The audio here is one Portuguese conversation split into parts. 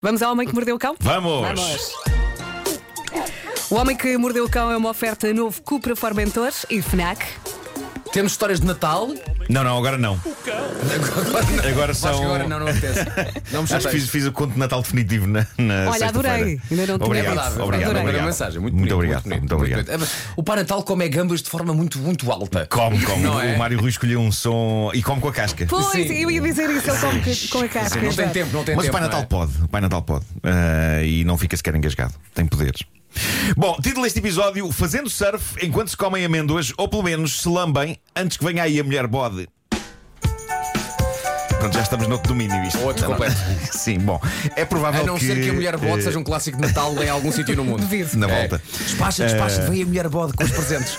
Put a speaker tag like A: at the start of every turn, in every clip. A: Vamos ao Homem que Mordeu o Cão?
B: Vamos!
A: O Homem que Mordeu o Cão é uma oferta novo Cupra Formentor e FNAC.
C: Temos histórias de Natal.
B: Não, não, agora não.
C: Agora, não.
B: Agora
C: Acho
B: são.
C: que agora não, não apetece. Não
B: Acho que
C: me
B: fiz,
C: chateis.
B: fiz o conto de Natal definitivo na, na
A: Olha,
B: sexta-feira.
A: adorei. Ainda não tinha
C: É
B: obrigado,
A: visto.
B: obrigado,
A: Adorei.
B: obrigado.
C: Era uma mensagem muito, bonita,
B: obrigado,
C: bonito,
B: muito obrigado.
C: bonito. É, O Pai Natal come é gambas de forma muito, muito alta.
B: Come, come.
C: Não
B: o
C: é?
B: Mário Rui escolheu um som e come com a casca.
A: Pois,
C: Sim.
A: eu ia dizer isso, ele come com- com a cara.
C: Não tem tempo, não tem
B: Mas
C: tempo.
B: o Pai Natal
C: não é?
B: pode, o Pai Natal pode. Ah, e não fica sequer engasgado. Tem poderes. Bom, título deste episódio: Fazendo surf enquanto se comem amêndoas, ou pelo menos se lambem antes que venha aí a mulher bode. Pronto, já estamos no outro domínio. Isto.
C: Outro
B: Não, não.
C: completo.
B: Sim, bom. É provável
C: A não
B: que.
C: ser que a mulher
B: eh,
C: bode seja um clássico de Natal em algum sítio no mundo.
A: Duvido.
B: Na
C: É.
B: volta. Eh.
C: Despacha, despacha, vem a mulher bode com os presentes.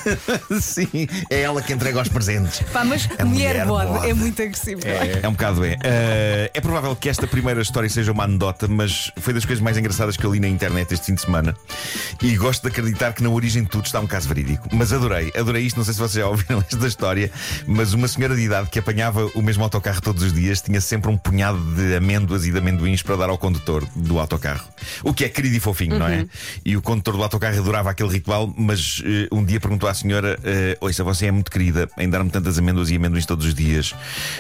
C: um-
B: Sim, é ela que entrega os presentes.
A: Pá, mas
B: A
A: mulher,
B: mulher
A: bode
B: bode.
A: é muito agressivo. não é?
B: É um bocado é. Eh, é provável que esta primeira história seja uma anedota, mas foi das coisas mais engraçadas que eu li na internet este fim de semana. E gosto de acreditar que na origem de tudo está um caso verídico. Mas adorei, adorei isto. Não sei se vocês já ouviram esta história, mas uma senhora de idade que apanhava o mesmo autocarro todos os dias tinha sempre um punhado de amêndoas e de amendoins para dar ao condutor do autocarro. O que é querido e fofinho, não é? E o condutor do autocarro adorava aquele ritual, mas eh, um dia perguntou à senhora: eh, Ouça, você é muito querida em dar-me tantas amêndoas e amendoins todos os dias,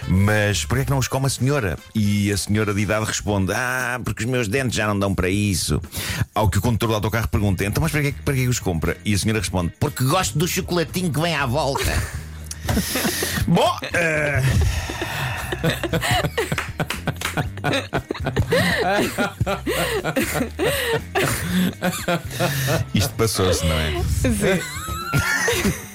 B: mas porquê é que não os come a senhora? E a senhora de idade responde: Ah, porque os meus dentes já não dão para isso. Ao que o condutor do autocarro pergunta: Então, mas para que, para que é que os compra? E a senhora responde: Porque gosto do chocolatinho que vem à volta. Bom, eh, isto passou-se, não é?
A: Ah, Sim.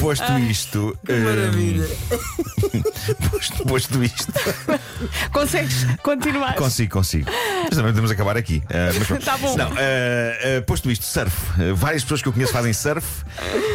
B: Posto isto. Maravilha. posto, posto isto.
A: Consegues continuar?
B: Consigo, consigo. Mas também podemos acabar aqui. Ah, mas pronto.
A: Tá bom.
B: Não, ah, ah, posto isto, surf. Ah, várias pessoas que eu conheço fazem surf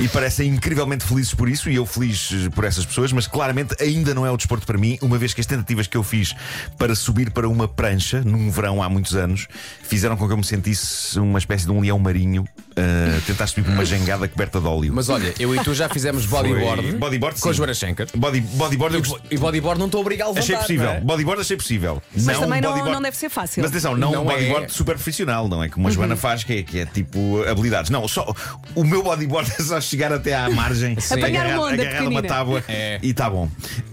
B: e parecem incrivelmente felizes por isso, e eu feliz eh, por essas pessoas, mas claramente ainda não é o desporto para mim, uma vez que as tentativas que eu fiz para subir para uma prancha num verão há muitos anos fizeram com que eu me sentisse uma espécie de um leão marinho ah, tentar subir por uma jangada coberta de óleo.
C: Mas olha, eu e tu já fizemos bodyboard,
B: Foi- bodyboard,
C: com a
B: sim.
C: Joana Schenker.
B: Body, bodyboard eu
C: E
B: gost-
C: bo- E bodyboard não estou obrigado a levantar.
B: Achei possível.
C: não é?
B: Bodyboard achei possível.
A: Mas também não-
B: bodyboard-
A: não deve ser fácil. Uhum.
B: Mas atenção, não,
C: Não
B: um bodyboard
C: é.
B: super profissional, não é? Como a Joana faz, que é, que é tipo habilidades. Não, só o meu bodyboard é só chegar até à margem,
A: Apanhar
B: agarrar,
A: uma onda
B: agarrar uma
A: pequenina.
B: tábua
C: É.
B: e tá bom.
C: O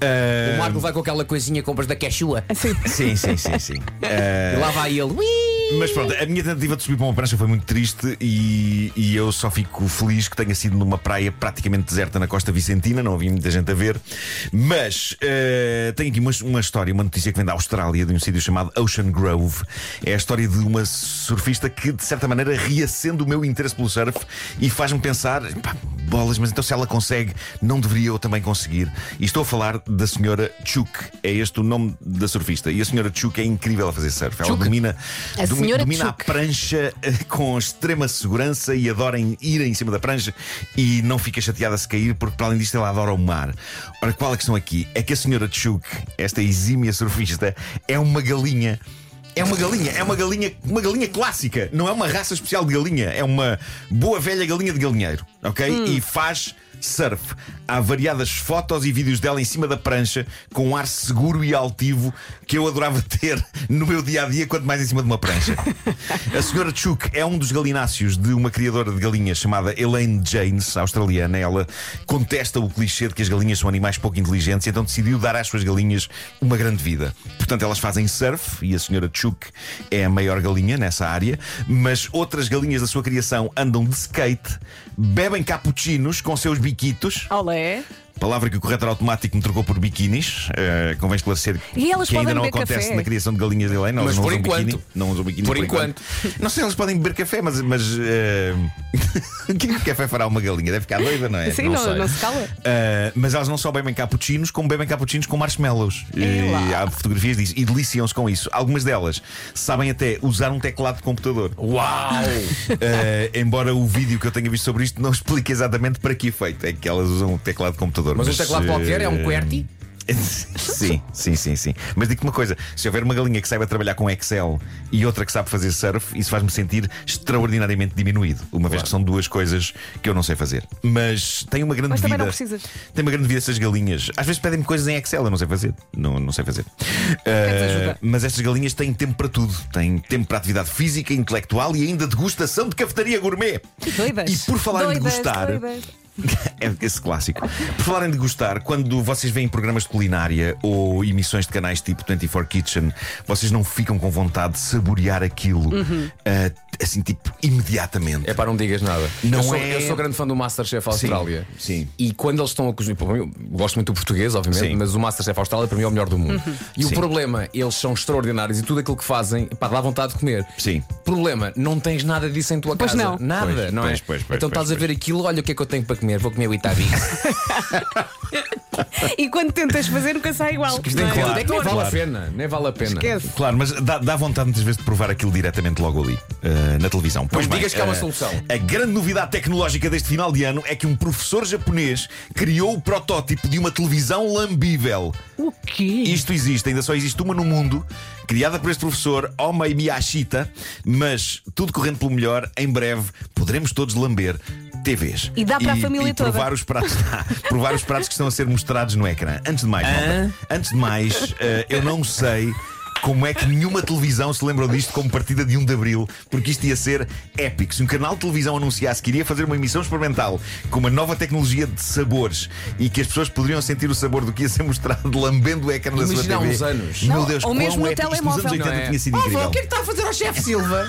B: Ah,
C: Marco vai com aquela coisinha compras da Quechua.
A: Sim.
B: Sim, sim, sim, sim. Ah,
C: E lá vai ele. Ui!
B: mas pronto, a minha tentativa de subir para uma prancha foi muito triste e, e eu só fico feliz que tenha sido numa praia praticamente deserta na Costa Vicentina, não havia muita gente a ver. Mas eh, tenho aqui uma, uma história, uma notícia que vem da Austrália, de um sítio chamado Ocean Grove. É a história de uma surfista que, de certa maneira, reacende o meu interesse pelo surf e faz-me pensar: pá, bolas, mas então se ela consegue, não deveria eu também conseguir? E estou a falar da senhora Chuk, é este o nome da surfista. E a senhora Chuk é incrível a fazer surf. Ela
C: Chuk.
B: domina
A: A
B: Domi-
A: senhora
B: domina
A: Tchuk.
B: a prancha eh, com extrema segurança e adora em- ir em cima da prancha e não fica chateada se cair, porque para além disto ela adora o mar. Ora, qual a questão aqui? É que a senhora Tchuk, esta exímia surfista, é uma galinha. É uma galinha, é uma galinha, uma galinha clássica, não é uma raça especial de galinha, é uma boa velha galinha de galinheiro, ok?
A: Hum.
B: E faz surf. Há variadas fotos e vídeos dela em cima da prancha, com um ar seguro e altivo que eu adorava ter no meu dia a dia, quanto mais em cima de uma prancha. A senhora Chuk é um dos galináceos de uma criadora de galinhas chamada Elaine Janes, australiana. Ela contesta o clichê de que as galinhas são animais pouco inteligentes, e então decidiu dar às suas galinhas uma grande vida. Portanto, elas fazem surf, e a senhora Chuk é a maior galinha nessa área, mas outras galinhas da sua criação andam de skate, bebem cappuccinos com seus biquitos.
A: Olé.
B: Palavra que o corretor automático me trocou por biquinis. Eh, convém esclarecer
A: E elas
B: que ainda
A: podem
B: não
A: beber
B: acontece
A: café?
B: na criação de galinhas de Helena.
C: Mas
B: não
C: por
B: usam
C: enquanto.
B: biquíni. não usam biquíni
C: Por
B: por, enquanto. Não sei, elas podem beber café, mas. mas eh, o que é que o café fará uma galinha? Deve ficar doida, não é?
A: Sim, não,
B: sei.
A: não se cala.
B: Uh, mas elas não só bebem cappuccinos, como bebem cappuccinos com marshmallows.
A: É lá.
B: E há fotografias disso. E deliciam-se com isso. Algumas delas sabem até usar um teclado de computador.
C: Uau!
B: Uh, embora o vídeo que eu tenha visto sobre isto não explique exatamente para que efeito é que elas usam um teclado de computador.
C: Mas um teclado
B: uh,
C: qualquer é um QWERTY?
B: sim, sim, sim, sim. Mas digo-te uma coisa: se houver uma galinha que saiba trabalhar com Excel e outra que sabe fazer surf, isso faz-me sentir extraordinariamente diminuído, uma vez que são duas coisas que eu não sei fazer. Mas tem uma grande
A: Mas
B: vida.
A: também não precisas.
B: Tem uma grande vida essas galinhas. Às vezes pedem-me coisas em Excel, eu não sei fazer. Não, não sei fazer. Ah,
A: ajuda.
B: mas estas galinhas têm tempo para tudo. Têm tempo para atividade física, intelectual e ainda degustação de cafetaria gourmet.
A: Doidas.
B: E por falar em
A: Doidas,
B: degustar.
A: doidas.
B: É esse clássico. Por falarem de gostar, quando vocês veem programas de culinária ou emissões de canais tipo 24 Kitchen, vocês não ficam com vontade de saborear aquilo ah, assim, tipo, imediatamente.
C: É para não digas nada.
B: Não
C: eu, sou,
B: é-
C: eu sou grande fã do Masterchef Austrália.
B: sim.
C: E quando eles estão a cozinhar. bom, Eu gosto muito do português, obviamente,
B: Sim. Uhum.
C: mas o Masterchef Austrália para mim é o melhor do mundo. E
B: Sim.
C: o problema, eles são extraordinários e tudo aquilo que fazem, pá, dá vontade de comer.
B: Sim.
C: Problema, não tens nada disso em tua
A: Pois
C: casa.
A: não.
C: Nada,
B: Pois,
C: não é?
B: pois, pois, pois,
C: então estás
B: pois,
C: a ver aquilo, olha o que é que eu tenho para comer, vou comer o Itabix.
A: E quando tentas fazer, nunca sai igual.
B: tem
A: não é?
B: Claro,
C: Nem vale
B: claro.
C: a pena, nem vale a pena.
A: Esquece.
B: Claro, mas dá, dá vontade muitas vezes de provar aquilo diretamente logo ali, eh, na televisão. Pois bem,
C: digas que há uma
B: eh,
C: solução.
B: A grande novidade tecnológica deste final de ano é que um professor japonês criou o protótipo de uma televisão lambível.
A: O quê?
B: Isto existe, ainda só existe uma no mundo, criada por este professor, Omei Miyashita, mas tudo correndo pelo melhor, em breve poderemos todos lamber. TVs.
A: E dá para a família
B: e provar
A: toda.
B: Os pratos, dá, provar os pratos que estão a ser mostrados no ecrã. Antes de mais, malta, antes de mais, eh, eu não sei como é que nenhuma televisão se lembrou disto como partida de 1 de Abril, porque isto ia ser épico. Se um canal de televisão anunciasse que iria fazer uma emissão experimental com uma nova tecnologia de sabores e que as pessoas poderiam sentir o sabor do que ia ser mostrado lambendo o ecrã da sua TV.
C: Imagina há uns anos.
B: Meu
A: Não,
B: Deus,
A: ou
B: quão
A: mesmo no
B: épico. Isto Nos
A: telemóvel,
B: anos 80
C: não é?
B: tinha sido
C: Oh,
B: incrível.
C: vó, o que é que está a fazer ao chefe Silva?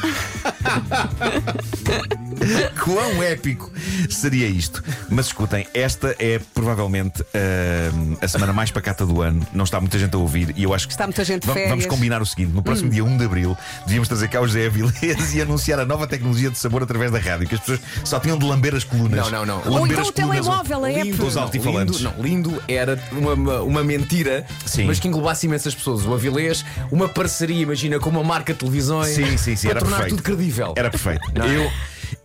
B: Quão épico seria isto? Mas escutem, esta é provavelmente ahm, a semana mais pacata do ano. Não está muita gente a ouvir e eu acho que
A: Está muita gente de
B: Va- Vamos
A: férias. Hum.
B: combinar o seguinte: no próximo dia 1 de abril, devíamos trazer cá o José Avilés e anunciar a nova tecnologia de sabor através da rádio, que as pessoas só tinham de lamber as colunas.
C: Não, não, não.
B: Lamber
A: Ou então
B: as
A: o
B: colunas,
A: telemóvel, a app.
B: Lindo. Os altifalantes.
C: Lindo, não, lindo era uma, uma, uma mentira,
B: Sim.
C: mas que englobasse imensas pessoas. O Avilés, uma parceria, imagina, com uma marca de televisões.
B: Sim, sim, sim,
C: Para
B: era
C: tornar
B: perfeito.
C: tudo credível.
B: Era perfeito.
C: Não é?
B: Eu,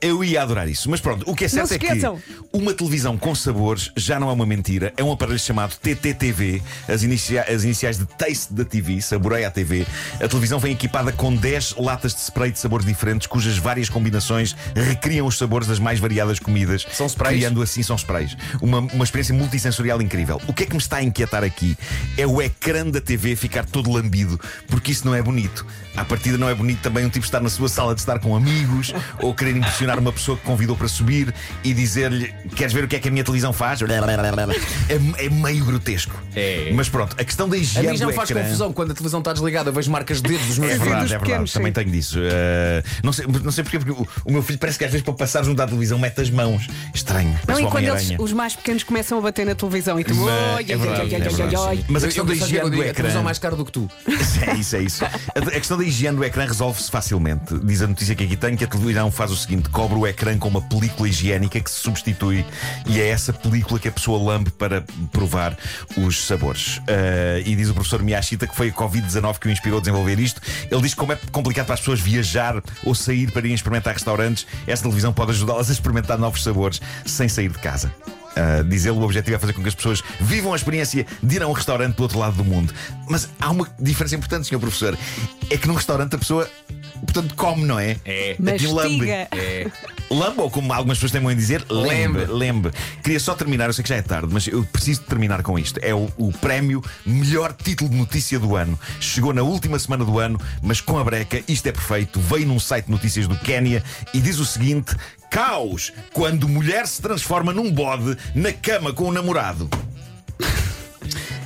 B: eu ia adorar isso. Mas pronto, o que é
A: Não
B: certo
A: se
B: é que
A: esqueçam.
B: uma televisão com sabores já não é uma mentira. É um aparelho chamado TTTV, as, inicia as iniciais de Taste da TV, Saboreia a TV. A televisão vem equipada com 10 latas de spray de sabores diferentes, cujas várias combinações recriam os sabores das mais variadas comidas.
C: São sprays?
B: Criando assim, são sprays. Uma, uma experiência multissensorial incrível. O que é que me está a inquietar aqui é o ecrã da TV ficar todo lambido, porque isso não é bonito. À partida não é bonito também um tipo estar na sua sala de estar com amigos ou querer impressionar uma pessoa que convidou para subir e dizer-lhe: Queres ver o que é que a minha televisão faz? É, é meio grotesco.
C: É.
B: Mas pronto, a questão da
C: A
B: higiene
C: mim já
B: do
C: me faz
B: ecrã.
C: confusão quando a televisão está desligada, eu vejo marcas de dedos dos meus
B: É
A: Dedos
B: verdade, é verdade.
A: pequenos,
B: Também
A: sim.
B: tenho disso. Uh, não, sei, não sei porquê, porque o, o meu filho parece que às vezes para passar junto à televisão mete as mãos. Estranho.
A: Não,
B: Parece
A: e
B: uma
A: quando eles,
B: Homem-Aranha.
A: os mais pequenos começam a bater na televisão e tu.
B: Mas-
A: "Oi,
B: é
A: oi,
B: verdade,
A: oi,
B: é
A: oi, oi,
B: verdade.
A: oi".
B: Mas a
C: Eu-
B: questão
C: eu
B: da
C: sabia que eu
B: higiene do
C: digo, A televisão
B: ecrã.
C: mais cara do que tu.
B: Isso É isso, é isso. A a questão da higiene do ecrã resolve-se facilmente. Diz a notícia que aqui tem que a televisão faz o seguinte: cobre o ecrã com uma película higiênica que se substitui e é essa película que a pessoa lambe para provar os sabores. Ah, e diz o professor Miyashita que foi a Covid-19 que o inspirou a desenvolver isto. Ele diz que como é complicado para as pessoas viajar ou sair para irem experimentar restaurantes, esta televisão pode ajudá-las a experimentar novos sabores sem sair de casa. Uh, diz ele, o objetivo é fazer com que as pessoas vivam a experiência de ir a um restaurante do outro lado do mundo. Mas há uma diferença importante, senhor professor: é que num restaurante a pessoa, portanto, come, não é? É, lambe.
A: Mastiga.
B: É. Lambe, ou como algumas pessoas têm a dizer, lembre,
C: Lembe.
B: lembre. Queria só terminar, eu sei que já é tarde, mas eu preciso de terminar com isto. É o, o prémio melhor título de notícia do ano. Chegou na última semana do ano, mas com a breca, isto é perfeito. Veio num site de notícias do Quénia e diz o seguinte: caos quando mulher se transforma num bode na cama com o namorado.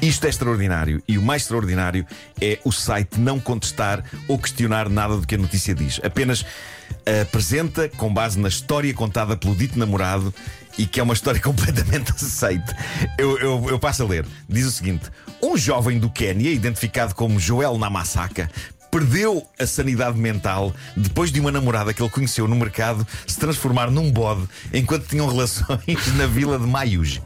B: Isto é extraordinário e o mais extraordinário é o site não contestar ou questionar nada do que a notícia diz. Apenas eh, apresenta com base na história contada pelo dito namorado e que é uma história completamente aceite. Eu, eu- eu passo a ler. Diz o seguinte: um jovem do Quénia, identificado como Joel Namassaka, Perdeu a sanidade mental depois de uma namorada que ele conheceu no mercado se transformar num bode enquanto tinham relações na vila de Maius.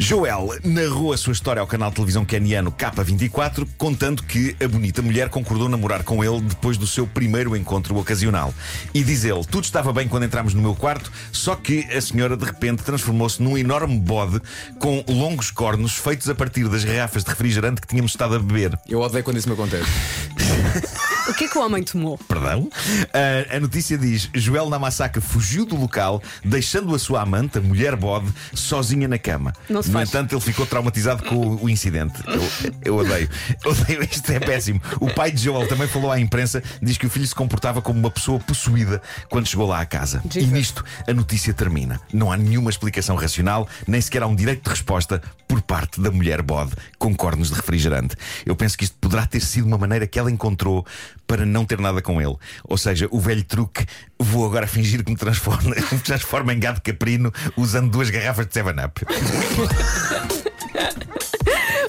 B: Joel narrou a sua história ao canal de televisão caniano K24, contando que a bonita mulher concordou namorar com ele depois do seu primeiro encontro ocasional. E diz ele: Tudo estava bem quando entramos no meu quarto, só que a senhora de repente transformou-se num enorme bode com longos cornos feitos a partir das garrafas de refrigerante que tínhamos estado a beber.
C: Eu odeio quando isso me acontece.
A: O que é que o homem tomou?
B: Perdão? Ah, a notícia diz: Joel Namassaka fugiu do local, deixando a sua amante, a mulher bode, sozinha na cama.
A: Não se
B: no
A: faz.
B: entanto, ele ficou traumatizado com o, o incidente. Eu, eu odeio. Eu odeio isto, é péssimo. O pai de Joel também falou à imprensa, diz que o filho se comportava como uma pessoa possuída quando chegou lá à casa.
A: Jesus.
B: E nisto a notícia termina. Não há nenhuma explicação racional, nem sequer há um direito de resposta por parte da mulher bode com cornos de refrigerante. Eu penso que isto poderá ter sido uma maneira que ela encontrou para não ter nada com ele. Ou seja, o velho truque, vou agora fingir que me transformo, me transformo em gado caprino usando duas garrafas de 7-Up.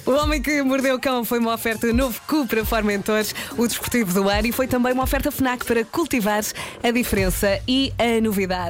A: O Homem que Mordeu o Cão foi uma oferta novo Cupra Formentores, o desportivo do ar e foi também uma oferta FNAC para cultivar a diferença e a novidade.